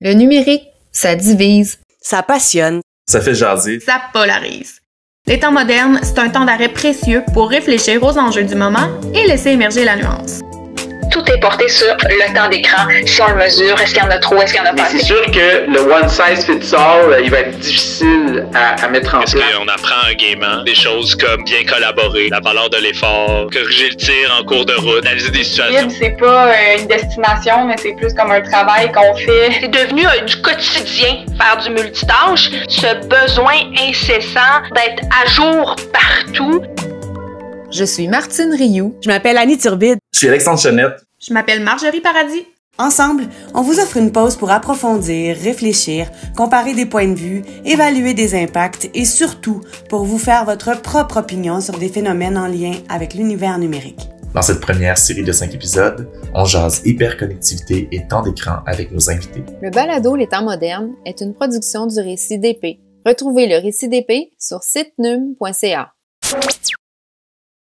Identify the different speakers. Speaker 1: Le numérique, ça divise,
Speaker 2: Ça passionne.
Speaker 3: Ça fait jaser.
Speaker 4: ça polarise. Les temps modernes, c'est un temps d'arrêt précieux pour réfléchir aux enjeux du moment et laisser émerger la nuance.
Speaker 5: tout est porté sur le temps d'écran, si on le mesure, est-ce qu'il y en a trop, est-ce qu'il y en a
Speaker 6: Mais
Speaker 5: pas
Speaker 6: c'est
Speaker 5: assez.
Speaker 6: sûr que le one size fits all, euh, il va être difficile à, à mettre en
Speaker 7: Parce
Speaker 6: place.
Speaker 7: qu'on apprend gaiement des choses comme bien collaborer, la valeur de l'effort, corriger le tir en cours de route, analyser des situations.
Speaker 8: Libre, c'est pas euh, une destination, mais c'est plus comme un travail qu'on fait.
Speaker 9: C'est devenu euh, du quotidien, faire du multitâche, ce besoin incessant d'être à jour partout.
Speaker 1: Je suis Martine Rioux.
Speaker 2: Je m'appelle Annie Turbide.
Speaker 3: Je suis Alexandre Chenette.
Speaker 4: Je m'appelle Marjorie Paradis.
Speaker 2: Ensemble, on vous offre une pause pour approfondir, réfléchir, comparer des points de vue, évaluer des impacts et surtout pour vous faire votre propre opinion sur des phénomènes en lien avec l'univers numérique.
Speaker 3: Dans cette première série de cinq épisodes, on jase hyperconnectivité et temps d'écran avec nos invités.
Speaker 10: Le balado Les temps modernes est une production du Récit d'épée. Retrouvez le Récit d'épée sur sitenum.ca.